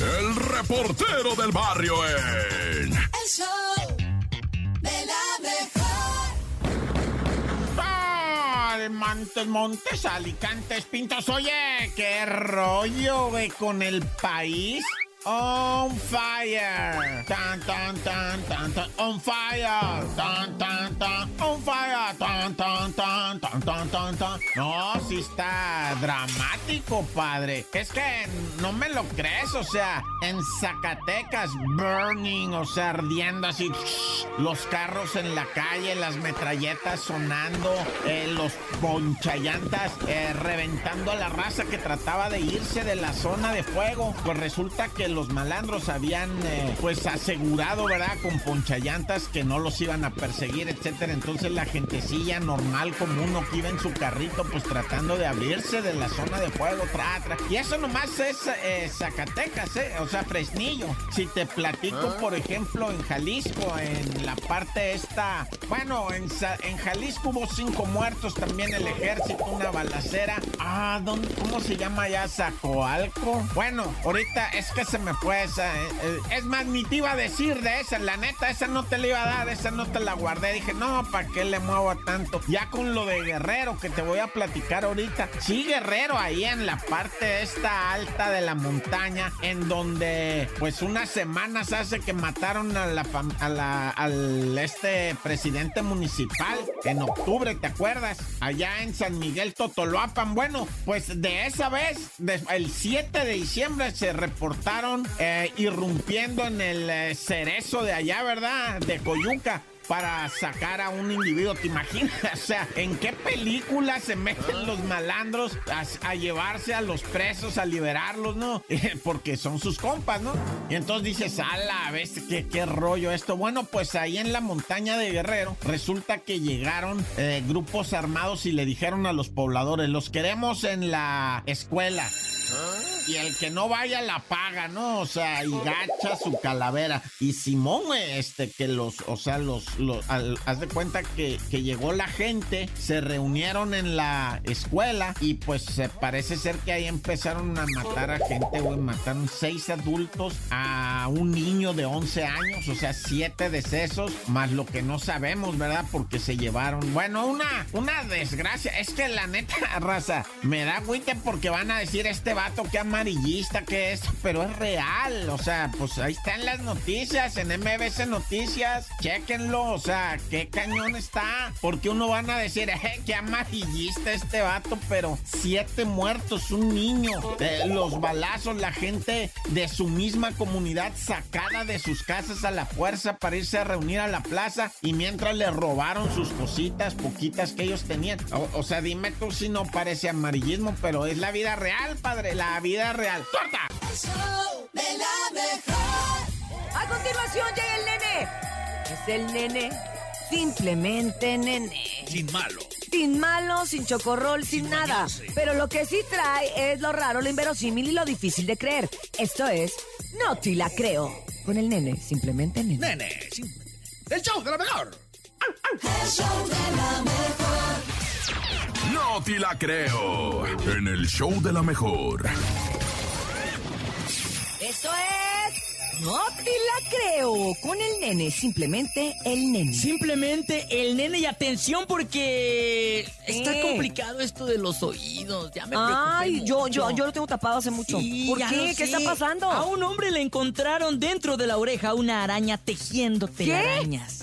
El reportero del barrio en. El show de la mejor. Montes, Montes, Alicantes, Pintos. Oye, qué rollo, güey, con el país. On fire. Tan, tan, tan, tan, tan. On fire. Tan, tan, tan. On fire. Tan, tan, tan, tan, tan, tan, tan. No, sí está dramático, padre. Es que no me lo crees, o sea, en Zacatecas, burning, o sea, ardiendo así. Los carros en la calle, las metralletas sonando, eh, los ponchallantas eh, reventando a la raza que trataba de irse de la zona de fuego. Pues resulta que los malandros habían eh, pues asegurado, ¿verdad? Con ponchallantas que no los iban a perseguir, etcétera. Entonces la gentecilla normal, común, o que iba en su carrito, pues tratando de abrirse de la zona de fuego, tra, tra. Y eso nomás es eh, Zacatecas, ¿eh? O sea, Fresnillo. Si te platico, por ejemplo, en Jalisco, en la parte esta, bueno, en, Sa- en Jalisco hubo cinco muertos, también el ejército, una balacera. Ah, ¿dónde, ¿cómo se llama ya? Zacoalco. Bueno, ahorita es que se me fue esa. eh, eh, es más, ni te iba a decir de esa, la neta, esa no te la iba a dar, esa no te la guardé. Dije, no, ¿para qué le muevo a tanto? Ya con lo de Guerrero que te voy a platicar ahorita. Sí, Guerrero, ahí en la parte esta alta de la montaña, en donde pues unas semanas hace que mataron a la, fam- a la- al este presidente municipal en octubre, ¿te acuerdas? Allá en San Miguel Totoloapan. Bueno, pues de esa vez, de- el 7 de diciembre se reportaron eh, irrumpiendo en el eh, cerezo de allá, ¿verdad? De Coyuca para sacar a un individuo. ¿Te imaginas? O sea, ¿en qué película se meten los malandros a, a llevarse a los presos, a liberarlos, no? Eh, Porque son sus compas, ¿no? Y entonces dices, a la vez, ¿qué, qué rollo esto? Bueno, pues ahí en la montaña de Guerrero, resulta que llegaron eh, grupos armados y le dijeron a los pobladores, los queremos en la escuela. Y el que no vaya la paga, ¿no? O sea, y gacha su calavera. Y Simón, güey, este, que los, o sea, los, los al- haz de cuenta que, que llegó la gente, se reunieron en la escuela y pues eh, parece ser que ahí empezaron a matar a gente, güey, mataron seis adultos a un niño de 11 años, o sea, siete decesos, más lo que no sabemos, ¿verdad? Porque se llevaron, bueno, una, una desgracia, es que la neta, raza, me da agüite porque van a decir este vato que amarillista que es, pero es real. O sea, pues ahí están las noticias en MBC Noticias. Chéquenlo, o sea, qué cañón está. Porque uno van a decir, eh, qué amarillista este vato, pero siete muertos, un niño, eh, los balazos, la gente de su misma comunidad sacada de sus casas a la fuerza para irse a reunir a la plaza y mientras le robaron sus cositas, poquitas que ellos tenían. O, o sea, dime tú si no parece amarillismo, pero es la vida real, padre, la vida real. ¡Corta! El show de la mejor. A continuación llega el nene. Es el nene, simplemente nene. Sin malo. Sin malo, sin chocorrol, sin, nada. Pero lo que sí trae es lo raro, lo inverosímil y lo difícil de creer. Esto es No te la creo. Con el nene, simplemente nene. Nene, sin... El show de la mejor. El show de la mejor. No te la creo. En el show de la mejor. Esto es No te la creo. Con el nene, simplemente el nene. Simplemente el nene y atención porque Sí. está complicado esto de los oídos. Ya me Ay, preocupé yo, mucho. yo, yo lo tengo tapado hace mucho. Sí, ¿Por ya qué? lo ¿Qué sé. Ah, está pasando? A un hombre le encontraron dentro de la oreja una araña tejiendo telarañas.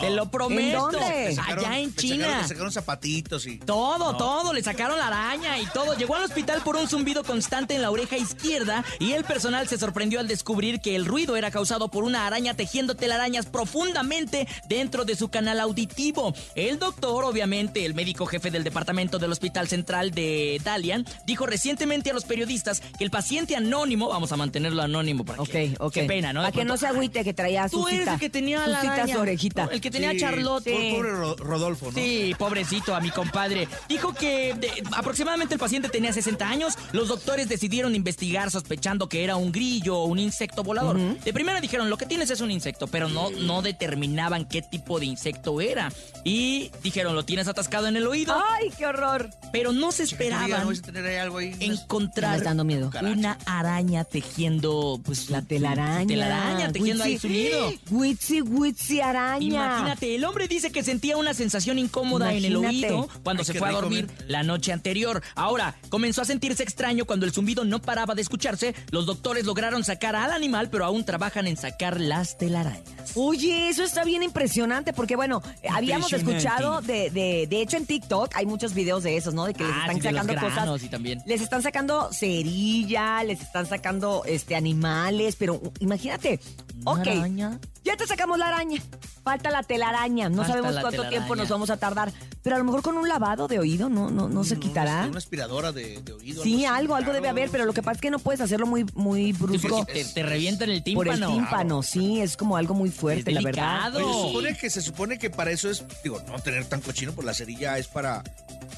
Te lo prometo. dónde? Allá en Me China. sacaron, zapatitos y... Todo, todo, le sacaron la araña y todo. Llegó al hospital por un zumbido constante en la oreja izquierda y el personal se sorprendió al descubrir que el ruido era causado por una araña tejiendo telarañas profundamente dentro de su canal auditivo. El doctor, obviamente, el médico jefe del departamento del Hospital Central de Dalian, dijo recientemente a los periodistas que el paciente anónimo, vamos a mantenerlo anónimo para Ok, que, ok. qué pena, ¿no? Para que no se agüite que traía Tú su eres el que tenía la araña. orejita. El que tenía a Charlotte. Por pobre Ro- Rodolfo, ¿no? Sí, pobrecito a mi compadre. Dijo que de- aproximadamente el paciente tenía 60 años. Los doctores decidieron investigar sospechando que era un grillo o un insecto insecto volador. De primera dijeron, lo que tienes es un insecto, pero no, no determinaban qué tipo de insecto era. Y dijeron, lo tienes atascado en el oído, ¡Ay, qué horror! pero no se Diga, esperaban no, si tener ahí algo ahí. Me encontrar está dando miedo. una araña tejiendo pues La su- telaraña. su telaraña tejiendo ahí su nido. Witsi, witsi araña. Imagínate, el hombre dice que sentía una sensación incómoda en el Imagínate. oído cuando Ay, se qué fue a rico, dormir la noche anterior. Ahora, comenzó a sentirse extraño cuando el zumbido no paraba de escucharse. Los doctores lograron sacar al animal, pero aún trabajan en sacar las telarañas. Oye, eso está bien impresionante, porque bueno, eh, habíamos Impresionante. escuchado de, de, de hecho en TikTok hay muchos videos de esos, ¿no? De que les Ah, están sí, de los sacando granos cosas. y también. Les están sacando cerilla, les están sacando este animales, pero uh, imagínate, Una ok, araña. ya te sacamos la araña, falta la telaraña, no Falta sabemos la cuánto tiempo telaraña. nos vamos a tardar, pero a lo mejor con un lavado de oído no, no, no se Un- este, quitará. Una aspiradora de, de oído. Sí, así, algo, algo claro, debe haber, pero lo que pasa es que no puedes hacerlo muy, muy Sí, brusco porque te, te revientan el por tímpano. el tímpano, sí, es como algo muy fuerte, la verdad. delicado. Oye, se Sí. supone que se supone que para eso es, digo, no tener tan cochino, pues la cerilla es para.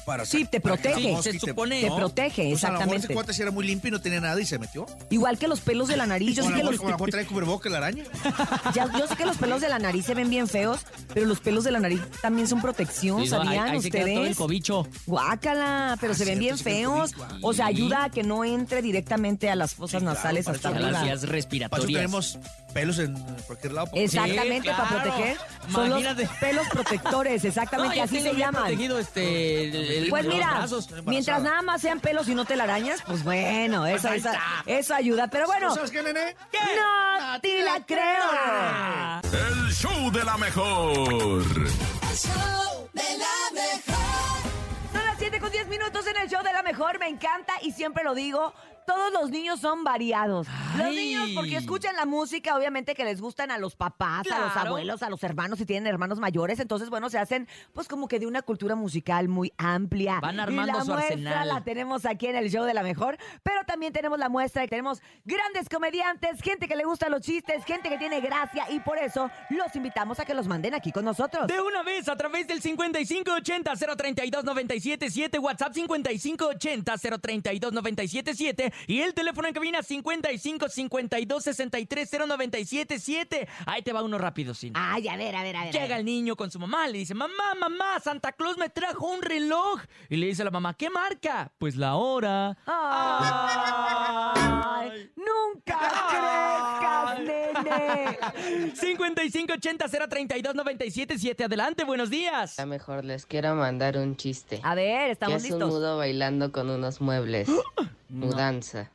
para Sí, sac- te para que la protege. mosca Se y supone- Te ¿no? protege, Pues, A lo mejor ese exactamente. cuate sí era muy limpio y no tenía nada y se metió. Igual que los pelos de la nariz. Yo O a sé lo que mejor- los, o a lo mejor trae cubreboca la araña. ya- yo sé que los pelos de la nariz se ven bien feos, pero los pelos de la nariz también son protección, Sí, no, ahí- ¿sabían ahí se queda todo el ustedes? cobicho. Guácala, pero Ah, se ven cierto, bien se queda el feos. cobicho, O sea, ahí. ayuda a que no entre directamente a las fosas Sí, claro, nasales para hasta eso A las arriba. vías Para eso respiratorias. tenemos pelos en cualquier lado. Sí, Exactamente, para claro. proteger. Son los Imagínate. pelos protectores, exactamente, No, yo así tengo se bien llaman. protegido, este, el- el- Pues los mira, brazos. mientras embarazada. nada más sean pelos y no telarañas, pues bueno, eso, ahí esa- está. eso ayuda. Pero bueno, ¿No ¿Sabes qué, nene? no te la creo. El show de la mejor. El show de la mejor. Son las 7 con 10 minutos en el show de la mejor, me encanta y siempre lo digo. Todos los niños son variados. Los Ay. niños, porque escuchan la música, obviamente que les gustan a los papás, a los Claro. abuelos, a los hermanos, si tienen hermanos mayores. Entonces, bueno, se hacen, pues, como que de una cultura musical muy amplia. Van armando y la su muestra arsenal. La tenemos aquí en el show de la mejor, pero también tenemos la muestra y tenemos grandes comediantes, gente que le gustan los chistes, gente que tiene gracia y por eso los invitamos a que los manden aquí con nosotros. De una vez a través del 5580-032-977, WhatsApp 5580-032-977 y el teléfono en cabina 5552-630977. Ahí te va uno rápido, sí. Ah, Ay, a ver, a ver, a ver. a ver. Llega el niño con su mamá, le dice, mamá, mamá, Santa Claus me trajo un reloj. Y le dice a la mamá, ¿qué marca? Pues la hora. ¡Ay! ¡Nunca crezcas, Ay. nene! 5580-032-977, adelante, buenos días. A mejor les quiero mandar un chiste. A ver, que estamos es un listos. mudo bailando con unos muebles. Mudanza.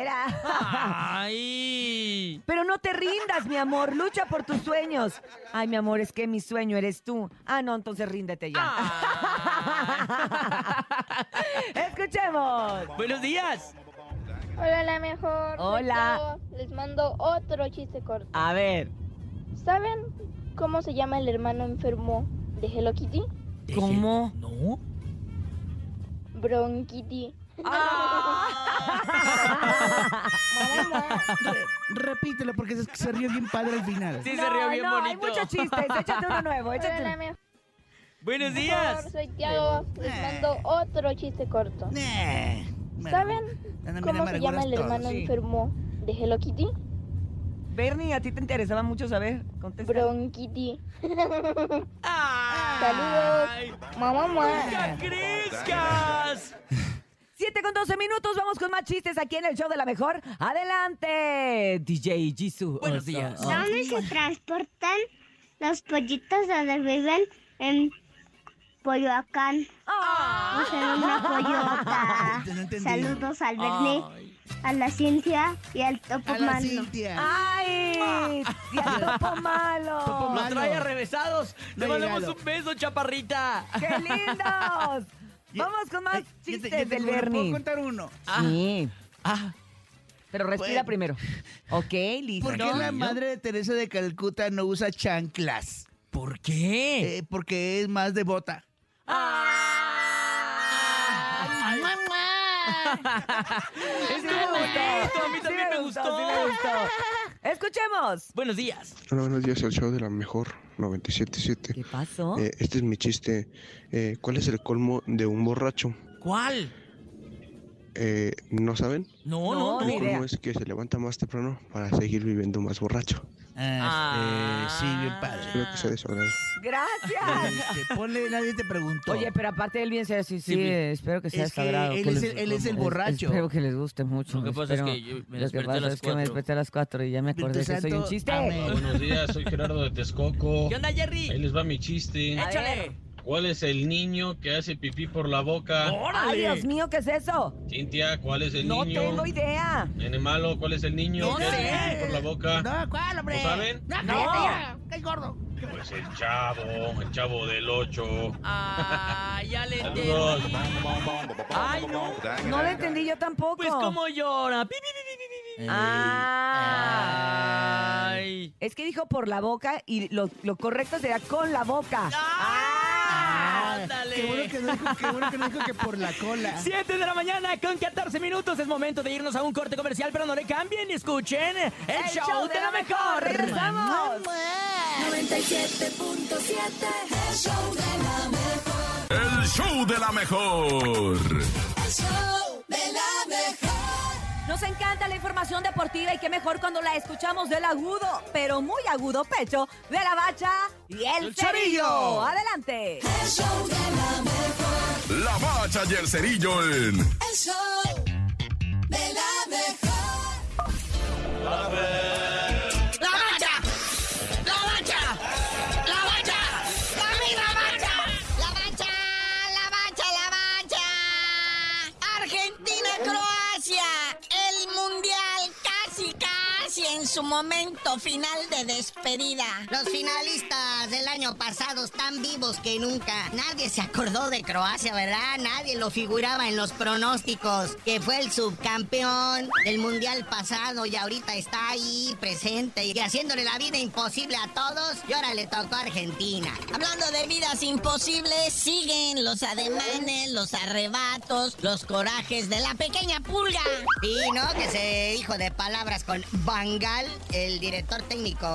Era. Ay. Pero no te rindas, mi amor. Lucha por tus sueños. Ay, mi amor, es que mi sueño eres tú. Ah, no, entonces ríndete ya. Ah. Escuchemos. Buenos días. Hola, la mejor. soy Hola. Clau. Les mando otro chiste corto. A ver, ¿Saben cómo se llama el hermano enfermo de Hello Kitty? ¿cómo? No. Bronquitty. Ah, Repítelo porque se, se rió bien padre al final. Sí, se rió bien no, bonito. hay muchos chistes. Échate uno nuevo. Échate Hola, uno. la mejor. Buenos días. Soy Tiago. Les Eh. mando otro chiste corto. Eh, bueno, ¿Saben andan bien cómo se llama amarguras el todos. hermano sí. enfermo de Hello Kitty? Bernie, a ti te interesaba mucho saber. Contesta. Bronquitty. Ah, Ah. Ay. Mamá, mamá. ¡Nunca crezcas! 7 con 12 minutos, vamos con más chistes aquí en el show de la mejor. Adelante, DJ Jisoo. Buenos días. ¿Dónde se transportan los pollitos donde viven en Coyoacán? Ah. Usan una coyota. No entendí. Saludos al Bernie, a la Cintia y al Topo A la Mano. Cintia. Ah, ¡Ay! ¡Y al topo malo! Los trae arrevesados. Te No he mandamos llegado. un beso, chaparrita. ¡Qué lindos! Vamos con más Ay, yo te- yo chistes tengo del uno, ¿Puedo Bernie. contar uno? Sí, Ah, pero respira Bueno. primero. Ok, listo. ¿Por qué la madre de Teresa de Calcuta no usa chanclas? ¿por qué? Eh, porque es más devota. Estuvo bonito. A mí también me gustó. sí me gustó. Escuchemos. Buenos días. Hola, buenos días, el show de la mejor ¿Qué 977. pasó? Eh, este es mi chiste. Eh, ¿Cuál es el colmo de un borracho? ¿Cuál? Eh, ¿No saben? Oh, No, no, ¿Y no. cómo es que se levanta más temprano para seguir viviendo más borracho? Ah, este, sí, bien padre. Espero que sea de su agrado. Gracias. Este, ponle, nadie te preguntó. Oye, pero aparte él bien ser sí, sí, Sí, bien. eh, espero que sea Es que sagrado. él es el- él es el borracho. Espero que les guste mucho. Lo que pasa es espero- que yo lo que me desperté a pasa las es que me cuatro. desperté a las 4 y ya me acordé que soy un chiste. Buenos días, soy Gerardo de Texcoco. ¿Qué onda, Jerry? Ahí les va mi chiste. A ver. ¿Cuál es el niño que hace pipí por la boca? ¡Ay, Dios mío, qué es eso! Cintia, ¿cuál es el No niño? tengo idea. Nene malo, ¿cuál es el niño No que hace sé. pipí por la boca? No, ¿cuál, hombre? ¿No saben? No, No. cállate ya, ¡Qué gordo! Pues el chavo, el chavo del 8. Ah, ya le Saludos. entendí. Ay, no. No lo entendí yo tampoco. Pues cómo llora. Pi, pi, pi, pi, pi, pi. Ah. Ay. Es que dijo por la boca y lo, lo correcto sería con la boca. Ah, Qué bueno, que no ándale. dijo, qué bueno que no dijo que por la cola. 7 de la mañana con 14 minutos. Es momento de irnos a un corte comercial, pero no le cambien y escuchen el, show, de la mejor. ¡Regresamos! 97.7 El show de la mejor El show de la mejor. El show de la mejor Nos encanta la información deportiva y qué mejor cuando la escuchamos del agudo, pero muy agudo pecho de la bacha y el, El cerillo. Cerillo. Adelante. El show de la mejor La bacha y el cerillo en El show de la mejor ¡La mancha! ¡La mancha! ¡La mancha! ¡La mancha! La mancha, la mancha, la mancha. Argentina, Croacia. El mundial casi, casi en su momento final de despedida. Los finalistas del año pasado están vivos que nunca. Nadie se acordó de Croacia, ¿verdad? Nadie lo figuraba en los pronósticos. Que fue el subcampeón del mundial pasado y ahorita está ahí presente y haciéndole la vida imposible a todos. Y ahora le tocó a Argentina. Hablando de vidas imposibles, siguen los ademanes, los arrebatos, los corajes de la pequeña pulga. Sí, ¿no? Que se hijo de palabras con Bangal, el director técnico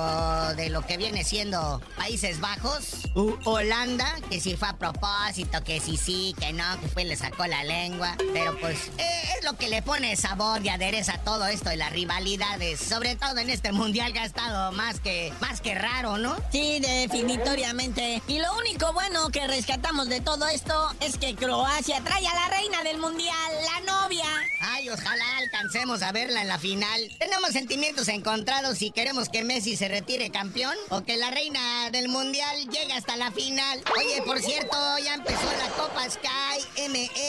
de lo que viene siendo Países Bajos. U- Holanda, que si fue a propósito, que si sí, que no, que fue y le sacó la lengua. Pero pues eh, es lo que le pone sabor y adereza todo esto de las rivalidades. Sobre todo en este mundial que ha estado más que, más que raro, ¿no? Sí, definitoriamente. Y lo único bueno que rescatamos de todo esto es que Croacia trae a la reina del mundial, la novia. Ay, ojalá alcancemos a verla en la final. Tenemos sentimientos encontrados si queremos que Messi se retire campeón o que la reina del mundial llegue hasta la final. Oye, por cierto, ya empezó la Copa Sky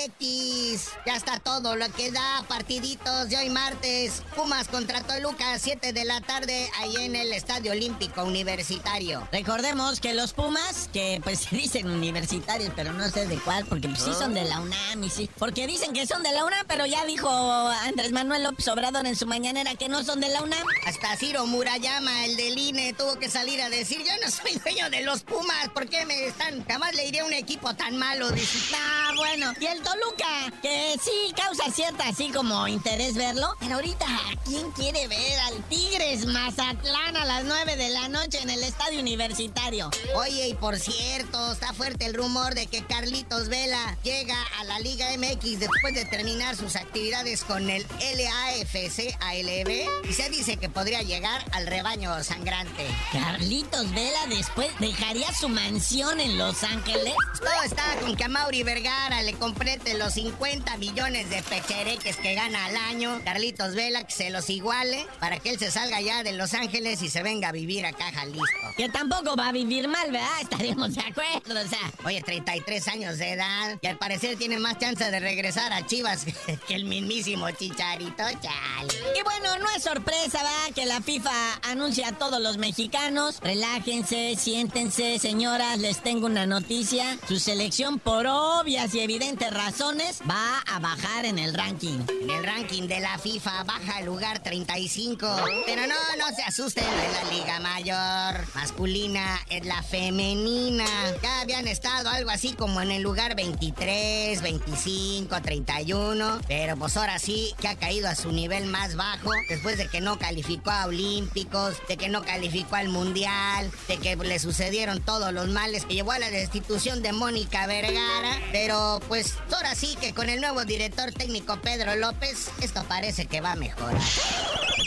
MX. Ya está todo lo que da. Partiditos de hoy martes. Pumas contra Toluca, 7 de la tarde, ahí en el Estadio Olímpico Universitario. Recordemos que los Pumas, que pues se dicen universitarios, pero no sé de cuál, porque pues, sí son de la UNAM y sí. Porque dicen que son de la UNAM, pero ya dijo Andrés Manuel López Obrador en su mañanera que no son de la UNAM. Hasta Ciro Murayama, el del INE, tuvo que salir a decir, yo no soy dueño de los Pumas, ¿por qué me están? Jamás le iré a un equipo tan malo. Dice, Ah, bueno. Y el Toluca, que sí causa cierta así como interés verlo. pero ahorita, ¿quién quiere ver al Tigres Mazatlán a las 9 de la noche en el estadio universitario? Oye, y por cierto, está fuerte el rumor de que Carlitos Vela llega a la Liga MX después de terminar sus actividades con el E. LAFC ALB y se dice que podría llegar al rebaño sangrante. Eh, Carlitos Vela después dejaría su mansión en Los Ángeles. Todo está con que a Mauri Vergara le comprete los 50 millones de pechereques que gana al año. Carlitos Vela que se los iguale para que él se salga ya de Los Ángeles y se venga a vivir acá a Jalisco. Que tampoco va a vivir mal, ¿verdad? Estaremos de acuerdo, o sea. Oye, 33 años de edad y al parecer tiene más chance de regresar a Chivas que el mismísimo Chicharito. Chale. Y bueno, no es sorpresa, ¿va? Que la FIFA anuncia a todos los mexicanos. Relájense, siéntense, señoras, les tengo una noticia. Su selección, por obvias y evidentes razones, va a bajar en el ranking. En el ranking de la FIFA baja al lugar 35. Pero no, no se asusten, es la liga mayor masculina, es la femenina. Ya habían estado algo así como en el lugar 23, 25, 31. Pero pues ahora sí que ha caído a su nivel más bajo después de que no calificó a Olímpicos, de que no calificó al Mundial, de que le sucedieron todos los males que llevó a la destitución de Mónica Vergara. Pero Pero pues ahora sí que con el nuevo director técnico Pedro López, esto parece que va a mejorar.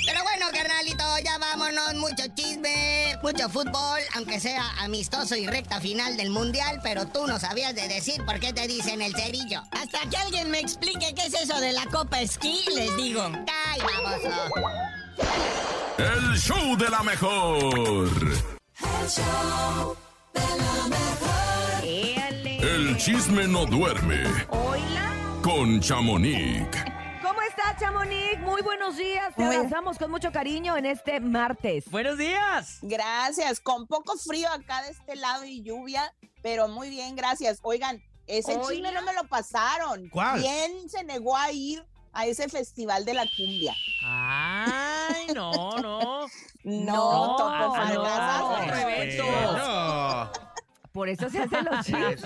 Pero bueno, carnalito, ya vámonos. Mucho chisme, mucho fútbol, aunque sea amistoso y recta final del mundial, pero tú no sabías de decir por qué te dicen el cerillo. Hasta que alguien me explique qué es eso de la copa esquí, les digo. ¡Ay, baboso! El show de la mejor. El show de la mejor. El chisme no duerme. Hola. Con Chamonix. ¿Cómo está, Chamonix? Muy buenos días. Te abrazamos con mucho cariño en este martes. Buenos días. Gracias, con poco frío acá de este lado y lluvia, pero muy bien, gracias. Oigan, ese Oiga. chisme no me lo pasaron. ¿Cuál? ¿Quién se negó a ir a ese festival de la cumbia? Ay, no, no. No, tocó ah, faldas. no, este, no, Rebeto. Por eso se hacen los chismes.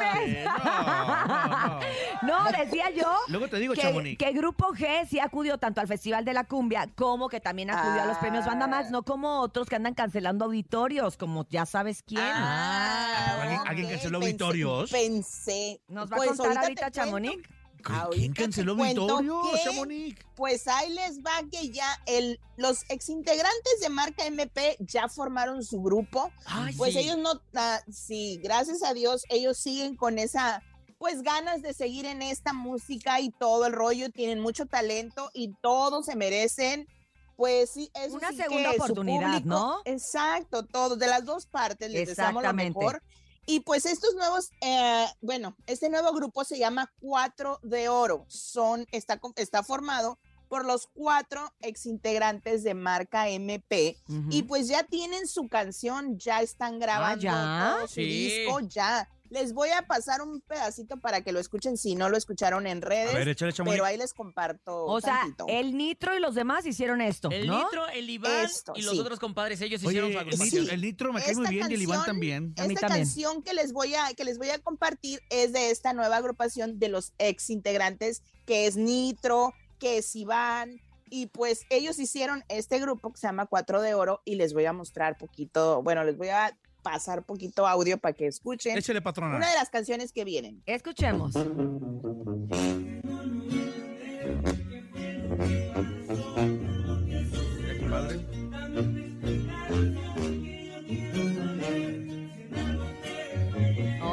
no, no, decía yo. Luego te digo, que, Chamonix. que Grupo G sí acudió tanto al Festival de la Cumbia como que también acudió a los premios Banda Ah. Max, no como otros que andan cancelando auditorios, como ya sabes quién. Ah. Ah, ¿Alguien, alguien canceló Pensé- auditorios? Pensé. Nos va Pues a contar ahorita ahorita te cuento. Chamonix. ¿Quién Ahorita canceló te cuento auditorios, que, Chamonix? Pues ahí les va que ya el, los exintegrantes de marca MP ya formaron su grupo. Ay, pues sí. ellos no, ah, sí, gracias a Dios, ellos siguen con esa, pues ganas de seguir en esta música y todo el rollo, tienen mucho talento y todos se merecen. Pues sí, eso Una sí que segunda su oportunidad, público- ¿no? Exacto, todos, de las dos partes les deseamos lo Exactamente. mejor. Y pues estos nuevos, eh, bueno, este nuevo grupo se llama Cuatro de Oro. Son, está, com- está formado por los cuatro exintegrantes de marca MP. Y pues ya tienen su canción, ya están grabando Ah, ¿ya? todo su Sí. disco, ya. Les voy a pasar un pedacito para que lo escuchen si no lo escucharon en redes. ver, échale, Chamonix. pero ahí les comparto. O sea, eh, tantito. el Nitro y los demás hicieron esto, El ¿no? Nitro, el Iván Esto, y los sí. otros compadres, ellos Oye, hicieron su el, agrupación. nitro- el nitro me cae muy Esta bien y el Iván canción- también. A mí Esta también. canción que les voy a que les voy a compartir es de esta nueva agrupación de los ex integrantes que es Nitro, que es Iván y pues ellos hicieron este grupo que se llama Cuatro de Oro y les voy a mostrar poquito, bueno, les voy a pasar poquito audio para que escuchen Échale, patrona. una de las canciones que vienen. Escuchemos.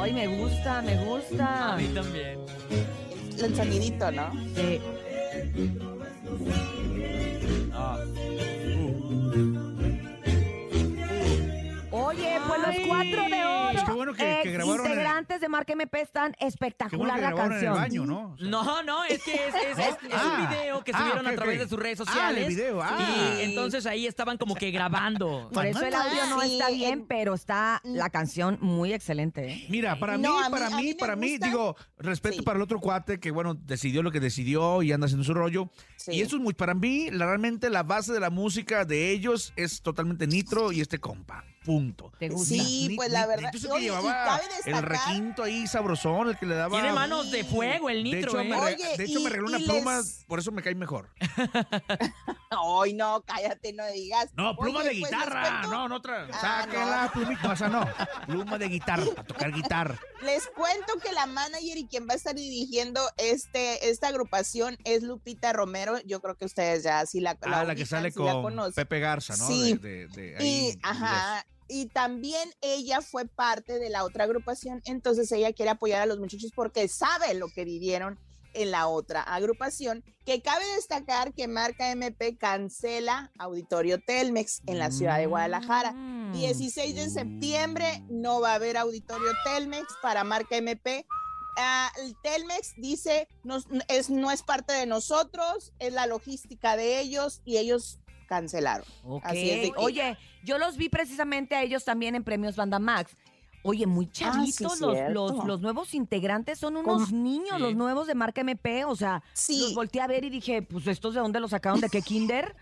Ay, me gusta, me A gusta. mí también. El sonidito, ¿no? Sí. Oye, pues Ay, los cuatro de oro. pues qué bueno que- que grabaron en el- integrantes de Marca MP están Qué bueno espectacular que la grabaron en el baño, canción. ¿no? O sea, No, no, es que es, es- es- es Ah, un video que ah, subieron ok, a través ok. de sus redes Ah, el sociales. video, ah. Y entonces ahí estaban como que grabando. Por eso el audio no Ah, Sí, está bien, en- pero está la canción muy excelente. ¿eh? Mira, para Mm. No, mí, a mí- para a mí, mí me para mí, gusta. digo, respeto Sí. para el otro cuate que, bueno, decidió lo que decidió y anda haciendo su rollo. Sí. Y eso es muy, para mí, la- realmente la base de la música de ellos es totalmente Nitro y este compa. Punto. ¿Te gusta? Sí, pues, la verdad- Nitro es el oye, y que llevaba cabe el destacar- requinto ahí sabrosón, el que le daba. Tiene manos de fuego el de nitro, hecho, ¿eh? me, re- Oye, de hecho, y- me regaló una y pluma, les- por eso me cae mejor. Ay, no, cállate, no digas. No, pluma Oye, de pues, les guitarra. cuento- No, no, otra. Ah, Sáquela, plumita. O sea, no. Pluma de guitarra, para tocar guitarra. Les cuento que la manager y quien va a estar dirigiendo este, esta agrupación es Lupita Romero. Yo creo que ustedes ya sí la, Ah, la que ubican, sale sí la con conocen. Pepe Garza, ¿no? Sí. De, de- de ahí, Y, de ajá, y también ella fue parte de la otra agrupación, entonces ella quiere apoyar a los muchachos porque sabe lo que vivieron en la otra agrupación, que cabe destacar que Marca MP cancela Auditorio Telmex en la ciudad de Guadalajara. Mm. 16 de septiembre no va a haber auditorio Telmex para marca MP. Ah, el Telmex dice, no es, no es parte de nosotros, es la logística de ellos y ellos cancelaron. Ok. Así es de que- Oye, yo los vi precisamente a ellos también en Premios Banda Max. Oye, muy chavitos Ah, sí, los, cierto. los, los nuevos integrantes, son unos niños Sí. los nuevos de marca MP, o sea, los Sí, volteé a ver y dije, pues estos de dónde los sacaron, de qué kinder,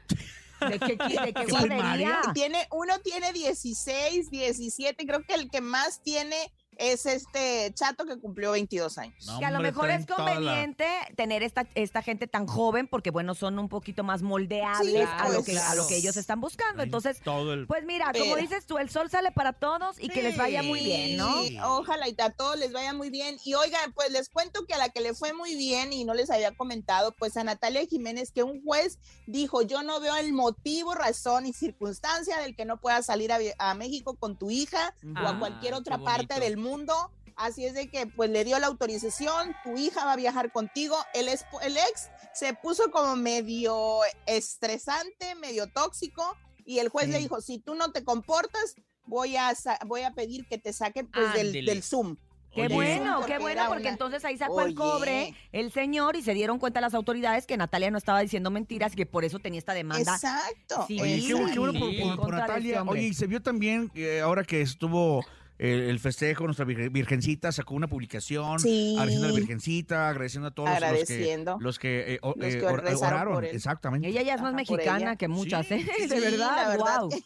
de qué, ki- de qué ¿Qué guardería? primaria? tiene, uno tiene 16, 17, creo que el que más tiene es este chato que cumplió 22 años. que a lo mejor es conveniente tener esta, esta gente tan joven porque, bueno, son un poquito más moldeables Sí, a, lo pues, que, a lo que claro. ellos están buscando. Entonces, todo el- pues mira, como Pero- dices tú, el sol sale para todos y que les vaya muy bien, ¿no? Sí, ojalá y a todos les vaya muy bien. Y oigan, pues les cuento que a la que le fue muy bien y no les había comentado, pues a Natalia Jiménez, que un juez dijo, yo no veo el motivo, razón y circunstancia del que no puedas salir a, vi- a México con tu hija o Ah, a cualquier qué otra bonito. parte del mundo. Así es de que pues le dio la autorización, tu hija va a viajar contigo. El, esp- el ex se puso como medio estresante, medio tóxico y el juez le dijo, si tú no te comportas, voy a, sa- voy a pedir que te saquen pues, del, Ándele. del Zoom. Qué Del Zoom, bueno, qué bueno, era porque una- entonces ahí sacó el Oye. cobre el señor y se dieron cuenta las autoridades que Natalia no estaba diciendo mentiras y que por eso tenía esta demanda. Exacto. Sí, Oye, qué, bu- qué bueno por, en por- por contra de este Natalia. hombre. Oye, y se vio también eh, ahora que estuvo eh, el festejo, nuestra virge- virgencita sacó una publicación Sí. agradeciendo a la virgencita, agradeciendo a todos los- Agradeciendo. los que, los que, eh, o- Los eh, que or- rezaron oraron. por él. Exactamente. Ella ya es más Ajá, por mexicana ella. que muchas, Sí. ¿eh? De Sí, verdad, la verdad wow. que-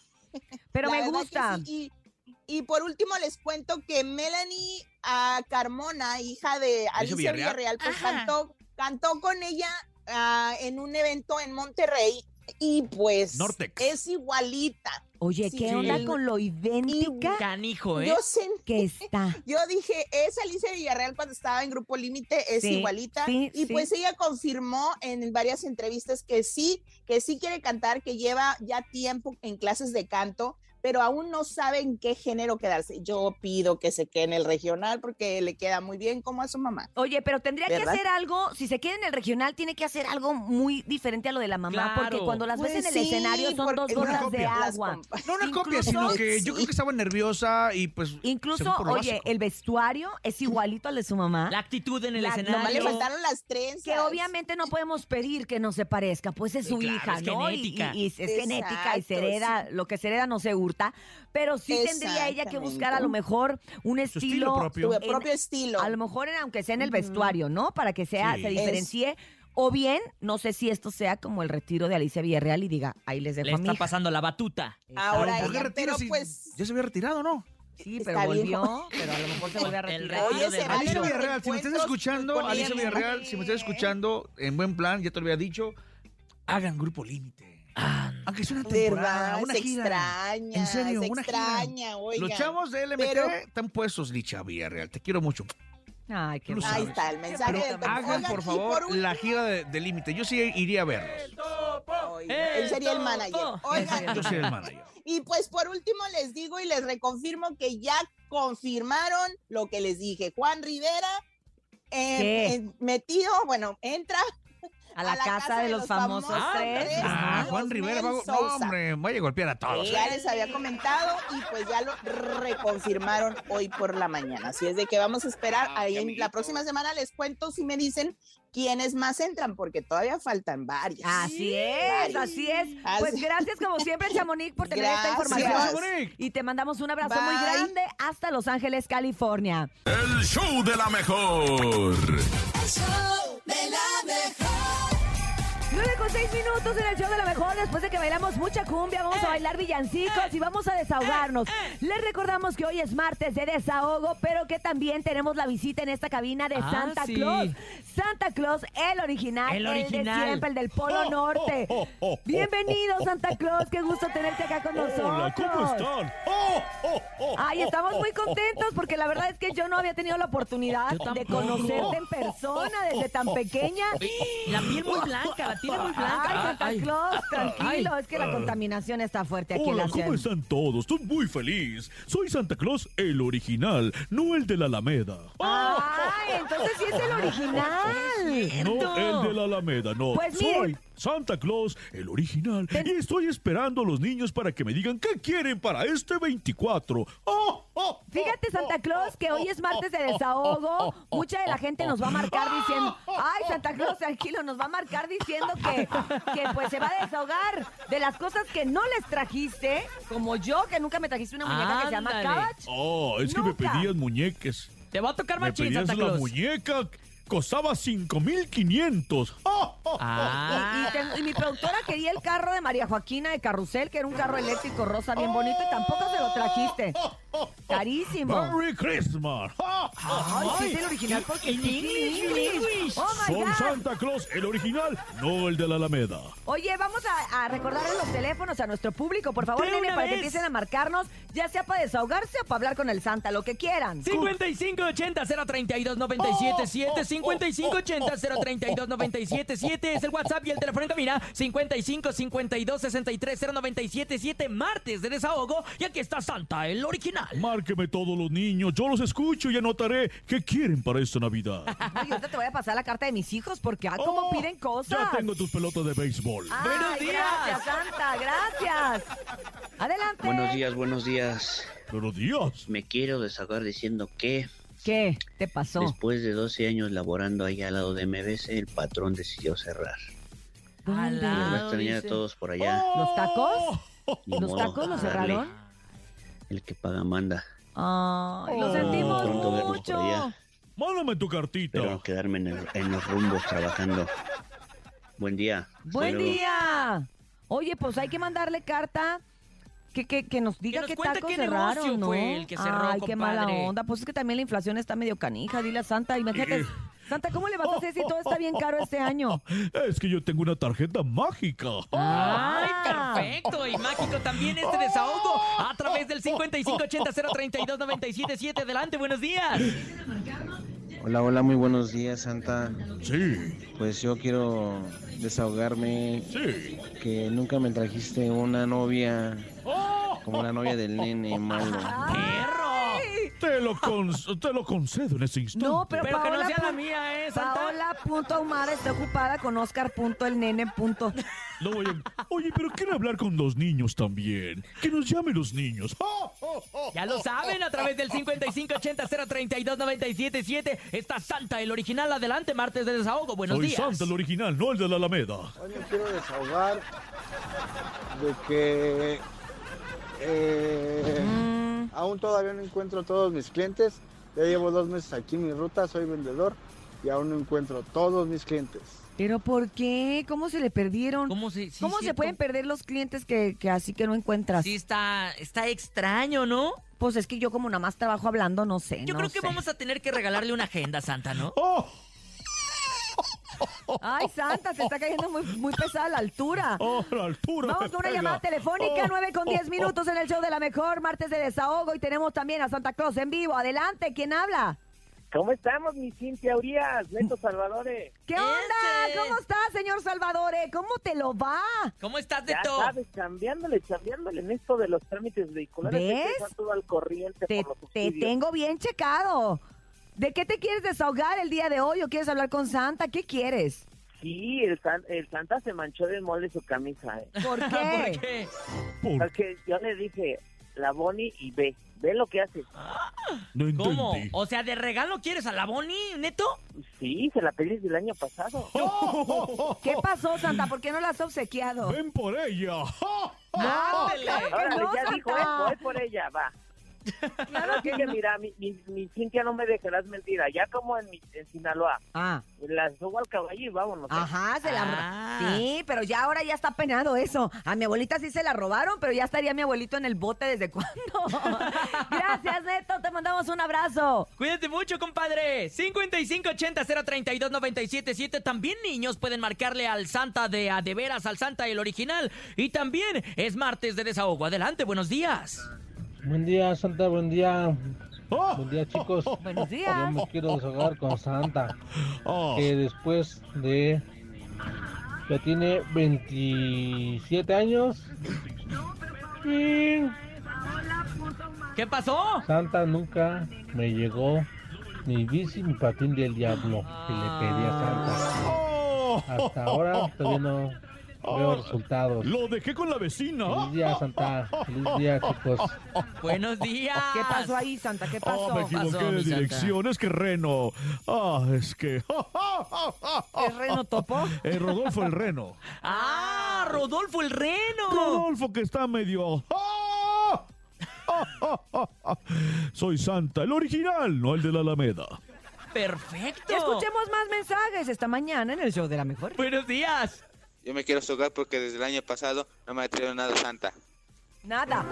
Pero La me verdad que gusta. sí, Y, y por último les cuento que Melanie ah, Carmona, hija de Alicia Villarreal? Villarreal, pues cantó, cantó con ella ah, en un evento en Monterrey y pues Nortex. es igualita. Oye, Sí, ¿qué onda el- con lo idéntica Canijo, ¿eh? Yo sé- que está? Yo dije, es Alicia Villarreal cuando estaba en Grupo Límite, es Sí, igualita. sí, y sí. pues ella confirmó en varias entrevistas que sí, que sí quiere cantar, que lleva ya tiempo en clases de canto, pero aún no sabe en qué género quedarse. Yo pido que se quede en el regional porque le queda muy bien como a su mamá. Oye, pero tendría que ¿Verdad? hacer algo, si se queda en el regional, tiene que hacer algo muy diferente a lo de la mamá, Claro. porque cuando las ves en Pues el sí, escenario son porque- dos Una gotas de copia. Las agua. No una copia, sino que yo creo que estaba nerviosa y pues. se fue Incluso, por lo oye, básico. el vestuario es igualito al de su mamá. Ah. La actitud en el La- escenario. nomás Le faltaron las trenzas. Que obviamente no podemos pedir que no se parezca, pues es su Claro, hija, es ¿no? Y- genética. Y, y es Exacto, genética y se hereda, lo que se hereda no se hurta, pero sí tendría ella que buscar a lo Exactamente. mejor un estilo estilo, propio. Su propio estilo. A lo mejor en- aunque sea en el vestuario, ¿no? Para que sea, Sí. se diferencie. O bien, no sé si esto sea como el retiro de Alicia Villarreal y diga, ahí les dejo Le a mi está hija. pasando la batuta. Ahora Pero ¿por qué ella, retiro pero si pues Ya se había retirado, ¿no? Sí, Está pero bien volvió, joven. pero a lo mejor se vuelve a El retirar. retiro Oye, de se vale Alicia los Villarreal, si me estás reencuentros escuchando, con Alicia ella. Villarreal, si me estás escuchando, en buen plan, ya te lo había dicho, hagan grupo límite. Aunque es una temporada, ¿Verdad? una se gira. extraña, en serio, se una extraña, gira. oigan. Los chavos de LMT Pero- están puestos, Licha Villarreal. Te quiero mucho. Ay, qué Tú lo Ahí sabes. está el mensaje Pero del doctor. hagan, Oigan, por y favor, por la gira de, de límite. Yo sí iría a verlos. Oigan, eh, él sería el manager. Oigan, Yo soy el manager. y pues por último les digo y les reconfirmo que ya confirmaron lo que les dije. Juan Rivera eh, ¿Qué? eh, metido, bueno, entra A la casa de los famosos tres. Ah, los Juan Rivera, va, Mel no, Sousa. hombre, vaya a golpear a todos. ¿eh? Ya les había comentado y pues ya lo reconfirmaron hoy por la mañana. Así es de que vamos a esperar. Ahí en la próxima semana les cuento si me dicen quiénes más entran, porque todavía faltan varias. Así es, Varias. así es. Así- Pues gracias como siempre, Chamonix, por tener esta Gracias. información. Y te mandamos un abrazo muy Bye. grande hasta Los Ángeles, California. El show de la mejor. El show de la mejor. 9 con 6 minutos en el show de la mejor. Después de que bailamos mucha cumbia, vamos a bailar villancicos y vamos a desahogarnos. Les recordamos que hoy es martes de desahogo, pero que también tenemos la visita en esta cabina de Ah, Santa sí. Claus. Santa Claus, el original, El de original. siempre, el del Polo Norte. Bienvenido, Santa Claus. Qué gusto tenerte acá con nosotros. Ay, estamos muy contentos porque la verdad es que yo no había tenido la oportunidad Yo de tampoco. conocerte en persona desde tan pequeña. La piel muy blanca, la tiene muy Ay, blanca. Santa Claus, tranquilo, es que la contaminación está fuerte aquí en la Hola, ciudad. ¿cómo están todos? Estoy muy feliz. Soy Santa Claus, el original, no el de la Alameda. Ah, Ay, entonces sí es el original. No el de la Alameda, no. Pues Soy miren. Santa Claus, el original. Y estoy esperando a los niños para que me digan qué quieren para este 24. ¡Oh! Fíjate, Santa Claus, que hoy es martes de desahogo. Mucha de la gente nos va a marcar diciendo, ay, Santa Claus, tranquilo, nos va a marcar diciendo que, que pues se va a desahogar de las cosas que no les trajiste, como yo, que nunca me trajiste una muñeca que se llama Ándale. Cabach. Oh, es que me Nunca. pedían muñecas. Te va a tocar Me machín, pedías Santa la Claus. muñeca. Costaba 5500. ¡Oh! Ah. Y, y tengo- y mi productora quería el carro de María Joaquina de Carrusel, que era un carro eléctrico rosa bien bonito, y tampoco se lo trajiste. Carísimo. Merry Christmas. Oh Ay, sí es el original porque en sí, inglés, English. English. Oh my Son God. Santa Claus, el original, no el de la Alameda. Oye, vamos a, a recordarle los teléfonos a nuestro público, por favor, De nene, una para que vez. empiecen a marcarnos, ya sea para desahogarse o para hablar con el Santa, lo que quieran. 5580 032 977 5580 032 977 es el WhatsApp y el teléfono en cabina 55 52 63 0977 martes de desahogo y aquí está Santa el original. Márqueme todos los niños, yo los escucho y anotaré qué quieren para esta Navidad. No, yo ahorita te voy a pasar la carta de mis hijos porque, ah, cómo piden cosas. Ya tengo tus pelotas de béisbol. Ay, Oh, Buenos días. Gracias, Santa, gracias. Adelante. Buenos días, buenos días. Buenos días. Me quiero desahogar diciendo que ¿Qué te pasó? después de 12 años laborando ahí al lado de MBC, el patrón decidió cerrar. ¿Dónde? Les va a extrañar a todos por allá. Oh. ¿Los tacos? Ni ¿Los modo, tacos los darle. cerraron? El que paga manda. Ay, lo Oh. sentimos Pronto vernos por mucho. allá. Mándame tu cartita. Pero quedarme en, el- en los rumbos trabajando. Buen día. Pues Hasta Buen luego. día. Oye, pues hay que mandarle carta que, que, que nos diga Que nos qué cuente tacos qué negocio cerraron, ¿no? fue el que cerró, Ay, qué mala compadre. Eh. onda. Pues es que también la inflación está medio canija, dile a Santa. Imagínate, Santa, ¿cómo le vas a hacer si todo está bien caro este año? Es que yo tengo una tarjeta mágica. Ah, Ay, perfecto y mágico también este desahogo a través del 5580 032 977 adelante, buenos días. Hola, hola, muy buenos días, Santa. Sí. Pues yo quiero desahogarme. Sí. Que nunca me trajiste una novia Ah, como la novia del nene malo. Te lo, con- te lo concedo en ese instante. No, pero, Pero que no Paola sea la pu- mía, ¿eh, Santa? Paola punto Ahumada está ocupada con Oscar punto el nene punto. No voy a- Oye, pero quiero hablar con los niños también. Que nos llamen los niños. Ah, Ya lo saben, a través del 5580-032-977 está Santa, el original. Adelante, martes de desahogo. Buenos Soy días. Santa, el original, no el de la Alameda. Hoy me quiero desahogar de que eh, Mm, aún todavía no encuentro todos mis clientes. Ya llevo dos meses aquí en mi ruta, soy vendedor y aún no encuentro todos mis clientes. ¿Pero por qué? ¿Cómo se le perdieron? ¿Cómo se, sí, ¿Cómo se cierto. pueden perder los clientes que, que así que no encuentras? Sí, está, está extraño, ¿no? Pues es que yo como nada más trabajo hablando, no sé. Yo Eh, no creo que sé. vamos a tener que regalarle una agenda, Santa, ¿no? Oh. Ay, Santa, se está cayendo muy, muy pesada la altura. Oh, la altura. Vamos me con una pega. llamada telefónica, Oh, 9 con oh, 10 oh. minutos en el show de la mejor, martes de desahogo. Y tenemos también a Santa Claus en vivo. Adelante, ¿quién habla? ¿Cómo estamos, mi Cintia Urias, Neto Salvadores? ¿Qué onda? ¿Cómo estás, señor Salvadore? ¿Cómo te lo va? ¿Cómo estás, Ya Neto? sabes, cambiándole, cambiándole en esto de los trámites vehiculares. hay que ¿Ves? estar todo al corriente Te, por los te subsidios. tengo bien checado. ¿De qué te quieres desahogar el día de hoy o quieres hablar con Santa? ¿Qué quieres? Sí, el, San- el Santa se manchó de mole su camisa. ¿eh? ¿Por qué? Porque yo le dije, la Bonnie y ve, ve lo que hace. ¿Cómo? O sea, ¿de regalo quieres a la Bonnie, Neto? Sí, se la pedí desde el año pasado. ¿Qué pasó, Santa? ¿Por qué no la has obsequiado? Ven por ella. No, claro que Órale, no, ya dijo, "Eh, Santa. voy por ella, va. Así que mira, mi, mi, mi Cintia no me dejarás mentir. Allá como en, mi- en Sinaloa, Ah. las subo al caballo y vámonos. ¿eh? Ajá, se la Sí, pero ya ahora ya está penado eso. A mi abuelita sí se la robaron, pero ya estaría mi abuelito en el bote desde cuándo. Gracias, Neto. Te mandamos un abrazo. Cuídate mucho, compadre. 5580-032-977. También niños pueden marcarle al Santa de a de veras, al Santa el original. Y también es martes de desahogo. Adelante, buenos días. Buen día, Santa, buen día. Oh. Buen día, chicos. Buenos días. Yo me quiero desahogar con Santa. Oh. Que después de. Ya tiene 27 años. y ¿Qué pasó? Santa nunca me llegó ni bici ni patín del diablo que le pedí a Santa. Hasta ahora todavía no veo resultados. Oh. Lo dejé con la vecina. Feliz día, Santa. Feliz día, chicos. Buenos días. ¿Qué pasó ahí, Santa? ¿Qué pasó? Ah, me equivoqué Pasó, mi de Santa. dirección. Es que Reno. Ah, es que. ¿Es Reno Topo? Eh, Rodolfo el Reno. ¡Ah! ¡Rodolfo el Reno! Rodolfo que está medio. ¡Ah! Soy Santa, el original, no el de la Alameda. perfecto. Escuchemos más mensajes esta mañana en el show de la mejor. Buenos días. Yo me quiero socar porque desde el año pasado no me ha traído nada santa. Nada.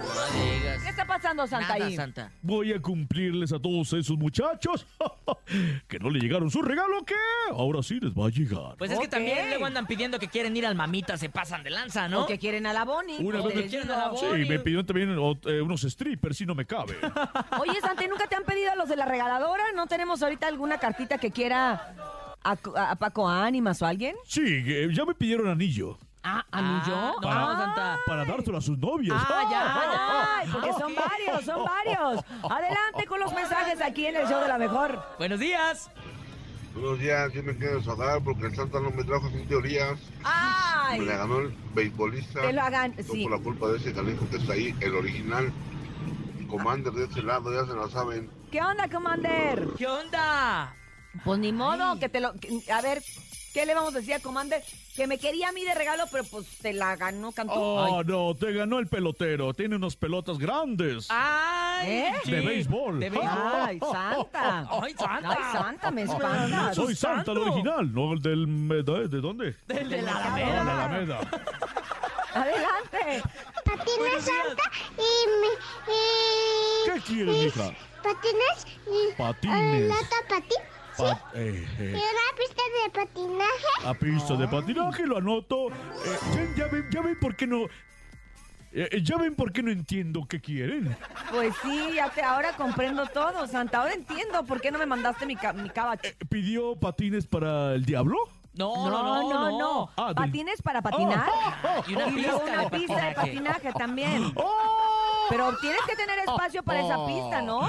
¿Qué está pasando, Santa? Nada, ahí? Santa. Voy a cumplirles a todos esos muchachos que no le llegaron su regalo, que ahora sí les va a llegar. Pues es que Ok. también luego andan pidiendo que quieren ir al mamita, se pasan de lanza, ¿no? O que quieren a la Bonnie. Una pues, vez les me- digo. Sí, me pidieron también o- eh, unos strippers, si no me cabe. Oye, Santa, ¿y ¿nunca te han pedido a los de la regaladora? ¿No tenemos ahorita alguna cartita que quiera a, a- a Paco Ánimas o alguien? Sí, eh, ya me pidieron anillo. Ah, ¿a mí yo? Para, Ah, para dárselo a sus novias. Ah, ya, Ah, ya, porque son varios, son varios. Adelante con los mensajes aquí en el show de la mejor. Buenos días. Buenos días, yo me quiero sonar porque el Santa no me trajo sin teorías. Ay, Me la ganó el beisbolista. te lo hagan, No sí. por la culpa de ese canijo que está ahí, el original. El commander de ese lado, ya se la saben. ¿Qué onda, Commander? ¿Qué onda? Pues ni modo, que te lo... que- a ver, ¿qué le vamos a decir a Commander? Que me quería a mí de regalo, pero pues te la ganó Cantú. Oh, Ay. no, te ganó el pelotero. Tiene unas pelotas grandes. Ay, ¿Eh? sí. De béisbol. De béisbol. Ay, Santa. Ay, Santa. Ay, Santa, me espantas. Soy Santa, el original, no el del... me- ¿De, de dónde? Del de la Ah, de Alameda. la Alameda. Adelante. Buenos días. ¿Qué quieres, mija? Patines y Patines. lata patín Pa- eh, y eh, una pista de patinaje. a pista de patinaje lo anoto. Eh, ya, ya ven, ya ven por qué no... eh, eh, ya ven por qué no entiendo qué quieren. Pues sí, ya te, ahora comprendo todo, Santa. Ahora entiendo por qué no me mandaste mi, ca- mi cava. ¿Pidió patines para el diablo? No, no, no, no, no. Ah, del- Patines para patinar. Oh, Y una luego pista de una pista de patinaje. patinaje también. Pero tienes que tener espacio para esa pista, ¿no?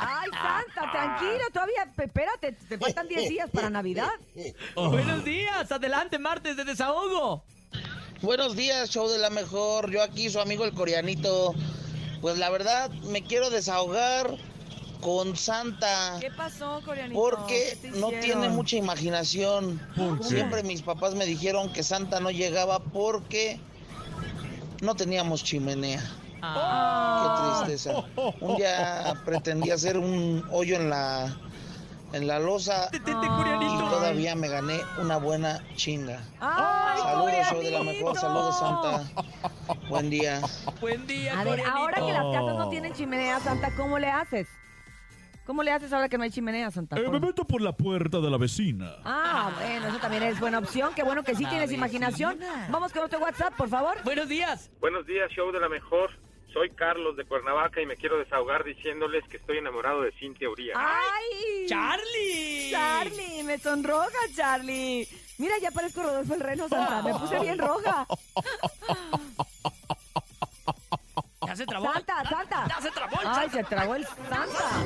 Ay, Santa, tranquilo, todavía, pe- espérate, te faltan 10 días para Navidad. Buenos días, adelante, martes de desahogo. Buenos días, show de la mejor. Yo aquí, su amigo el coreanito. Pues la verdad, me quiero desahogar con Santa. ¿Qué pasó, Coreanito? Porque no tiene mucha imaginación. ¿Por qué? Siempre mis papás me dijeron que Santa no llegaba porque no teníamos chimenea. Ah. Qué tristeza. Un día pretendí hacer un hoyo en la en la losa y todavía me gané una buena chinga. Ay, Saludos, soy de la mejor. Saludos, Santa. Buen día. Oh, Buen día, A ver, Coreanito. ahora que las casas no tienen chimenea, Santa, ¿cómo le haces? ¿Cómo le haces ahora que no hay chimenea, Santa? Eh, me meto por la puerta de la vecina. Ah, bueno, eso también es buena opción. Qué bueno que sí La tienes imaginación. Vamos con otro WhatsApp, por favor. Buenos días. Buenos días, show de la mejor. Soy Carlos de Cuernavaca y me quiero desahogar diciéndoles que estoy enamorado de Cintia Uría. ¡Ay! ¡Charlie! ¡Charlie! ¡Me sonroja, Charlie! Mira, ya parezco Rodolfo el Reno, Santa. Me puse bien roja. Ya se trabó. ¡Santa, Santa! Ya se trabó el ¡Ay, Santa. se trabó el Santa!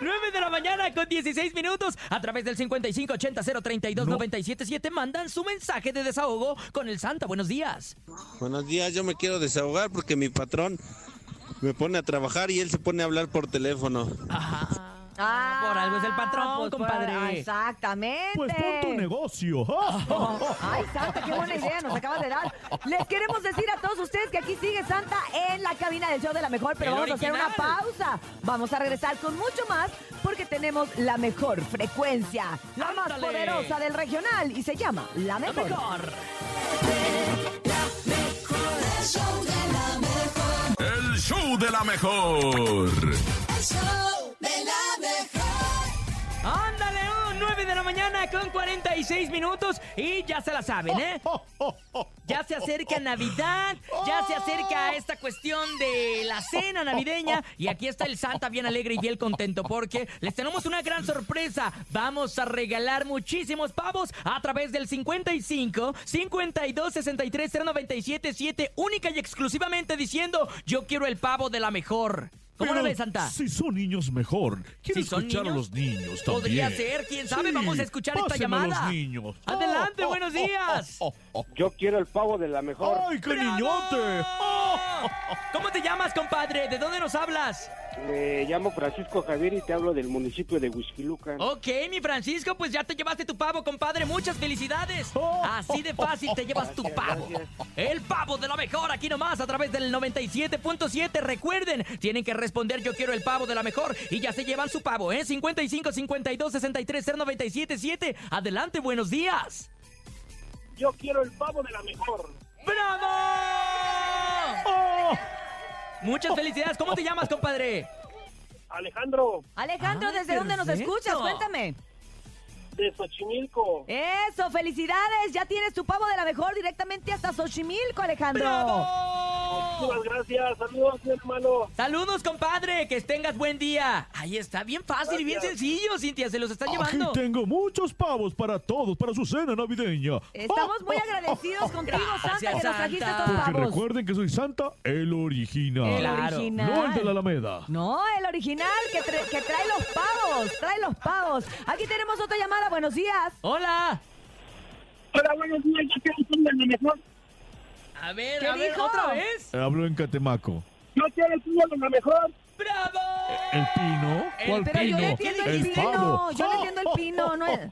9 de la mañana con 16 minutos a través del 5580-032-977 mandan su mensaje de desahogo con el Santa. Buenos días. Buenos días, yo me quiero desahogar porque mi patrón me pone a trabajar y él se pone a hablar por teléfono. Ah, por algo es el patrón, pues, por- compadre. ah, exactamente. Pues pon Eh, tu negocio. Ay, Santa, qué buena idea nos acabas de dar. Les queremos decir a todos ustedes que aquí sigue Santa en la cabina del show de la mejor, pero El vamos a hacer una original. pausa. Vamos a regresar con mucho más porque tenemos la mejor frecuencia, la más Ándale. poderosa del regional y se llama La La Mejor. mejor. El show de la mejor. El show de la mejor. El show de la mejor. Ándale, oh, 9 de la mañana con 46 minutos y ya se la saben, ¿eh? Ya se acerca Navidad, ya se acerca esta cuestión de la cena navideña y aquí está el Santa bien alegre y bien contento porque les tenemos una gran sorpresa. Vamos a regalar muchísimos pavos a través del 55 52 63 097 7 única y exclusivamente diciendo yo quiero el pavo de la mejor. ¿Cómo lo Pero ves, Santa? Si son niños, mejor. Quiero Si son escuchar a niños, los niños también. Podría ser, quién sabe, Sí, vamos a escuchar esta pásenme a llamada. los niños. Adelante, buenos días. oh, oh, oh. Yo quiero el pavo de la mejor. ¡Ay, qué niñote! ¿Cómo te llamas, compadre? ¿De dónde nos hablas? Me llamo Francisco Javier y te hablo del municipio de Huizquiluca. Ok, mi Francisco, pues ya te llevaste tu pavo, compadre. Muchas felicidades. Así de fácil te llevas tu pavo. El pavo de la mejor, aquí nomás, a través del 97.7. Recuerden, tienen que responder yo quiero el pavo de la mejor. Y ya se llevan su pavo, ¿eh? 55 52 63 0977. Adelante, buenos días. Yo quiero el pavo de la mejor. ¡Bravo! Muchas felicidades. ¿Cómo te llamas, compadre? Alejandro. Alejandro, Ah, ¿desde dónde nos perfecto. escuchas? Cuéntame. De Xochimilco. Eso, felicidades. Ya tienes tu pavo de la mejor directamente hasta Xochimilco, Alejandro. Muchas gracias. Saludos, mi hermano. Saludos, compadre. Que tengas buen día. Ahí está, bien fácil y bien sencillo, Cintia. Se los está Aquí llevando. tengo muchos pavos para todos, para su cena navideña. Estamos muy agradecidos contigo, oh, Santa, que nos trajiste estos Porque pavos. recuerden que soy Santa, el original. El Claro. original. No el de la Alameda. No, el original que, tra- que trae los pavos, trae los pavos. Aquí tenemos otra llamada, buenos días. Hola. Hola, buenos días. Yo quiero el pavo de la mejor. A ver, ¿Qué a ver, dijo? otra vez. Hablo Eh, en Catemaco. Yo quiero el pavo de la mejor. ¿El pino? Eh, ¿Cuál Pero pino? yo le entiendo el, pavo. pino, yo le entiendo el pino. No es-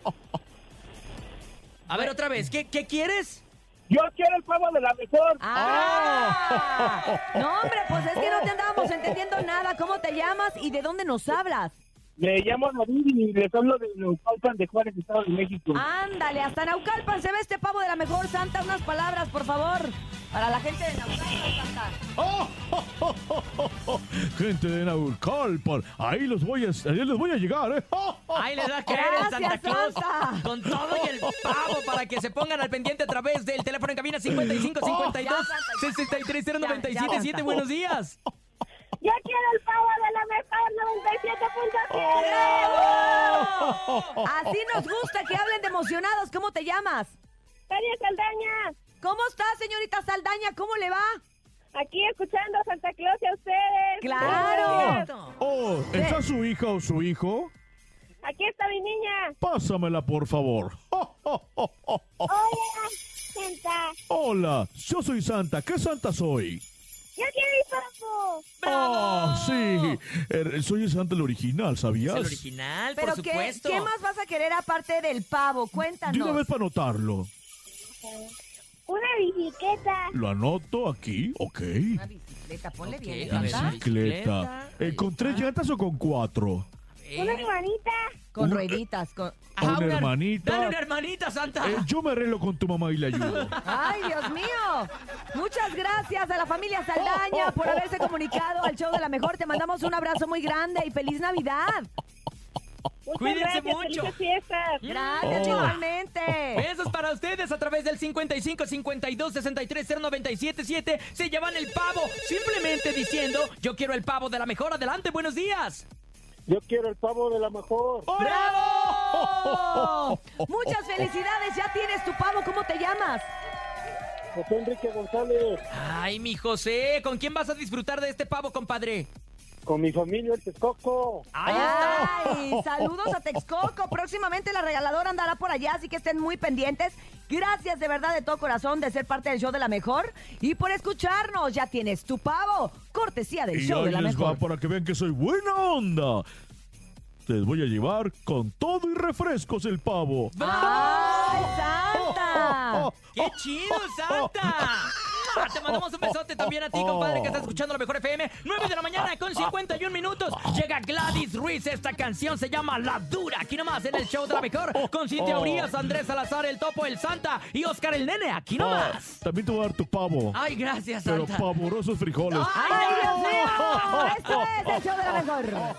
A ver, otra vez. ¿Qué, qué quieres? Yo quiero el pavo de la mejor. Ah. No, hombre, pues es que no te andábamos entendiendo nada. ¿Cómo te llamas y de dónde nos hablas? Me llamo David y les hablo de Neucalpan de Juárez, Estado de Ah, México. Ándale, hasta Naucalpan se ve este pavo de la mejor santa. Unas palabras, por favor, para la gente de Naucalpan, Santa. Gente de Naucalpan, ahí los voy a, ahí les voy a llegar, ¿eh? Ahí les va a caer el Santa Gracias, Claus. Santa. Con todo y el pavo para que se pongan al pendiente a través del teléfono en cabina 5552 63097. Buenos días. Yo quiero el pavo de la mejor 97.7. Así nos gusta que hablen de emocionados. ¿Cómo te llamas? Tania Saldaña. ¿Cómo está, señorita Saldaña? ¿Cómo le va? Aquí escuchando Santa Claus y a ustedes. ¡Claro! Oh, ¿está su hija o su hijo? Aquí está mi niña. Pásamela, por favor. Hola, Santa. Hola, yo soy Santa. ¿Qué Santa soy? Yo quiero el pavo. Ah, sí. Er, Soy el Santa el original, ¿sabías? El original, Pero por ¿qué, supuesto. ¿qué más vas a querer aparte del pavo? De una Cuéntanos. vez para anotarlo. Una bicicleta. Lo anoto aquí, ok. Bicicleta, ponle bien. ¿eh? La ¿verdad? bicicleta. Eh, ¿Con tres llantas o con cuatro? Una hermanita. Con Un- rueditas. Con... una hermanita. Dale una hermanita, Santa. Eh, yo me arreglo con tu mamá y le ayudo. ¡Ay, Dios mío! Muchas gracias a la familia Saldaña por haberse comunicado al show de la mejor. Te mandamos un abrazo muy grande y feliz Navidad. Muchas Cuídense gracias, mucho. Felices fiestas. Gracias, Oh. igualmente. Besos para ustedes a través del 55 52 63 0977. Se llevan el pavo simplemente diciendo: Yo quiero el pavo de la mejor. Adelante, buenos días. Yo quiero el pavo de la mejor. Oh. ¡Bravo! Muchas felicidades, ya tienes tu pavo. ¿Cómo te llamas? José Enrique González, Ay, mi José, ¿con quién vas a disfrutar de este pavo, compadre? con mi familia el Texcoco. Ahí está. Ay, saludos a Texcoco. Próximamente la regaladora andará por allá, así que estén muy pendientes. Gracias de verdad de todo corazón de ser parte del show de la mejor y por escucharnos. Ya tienes tu pavo, cortesía del Y show de ahí la les mejor. va para que vean que soy buena onda. Les voy a llevar con todo y refrescos el pavo. Ah. Ah, ¡Ay, Santa! ¡Qué chido, Santa! ¡Mua! Ah, Te mandamos un besote también a ti, compadre, que estás escuchando la mejor FM. 9 de la mañana con 51 minutos. Llega Gladys Ruiz. Esta canción se llama La Dura. Aquí nomás en el show de la mejor. Con Cintia Urias, Andrés Salazar, el Topo, el Santa y Oscar el Nene. Aquí Ah, nomás. también te voy a dar tu pavo. Ay, gracias, Pero Santa. pavorosos frijoles. ¡Ay, Dios mío! Esto es el show de la mejor.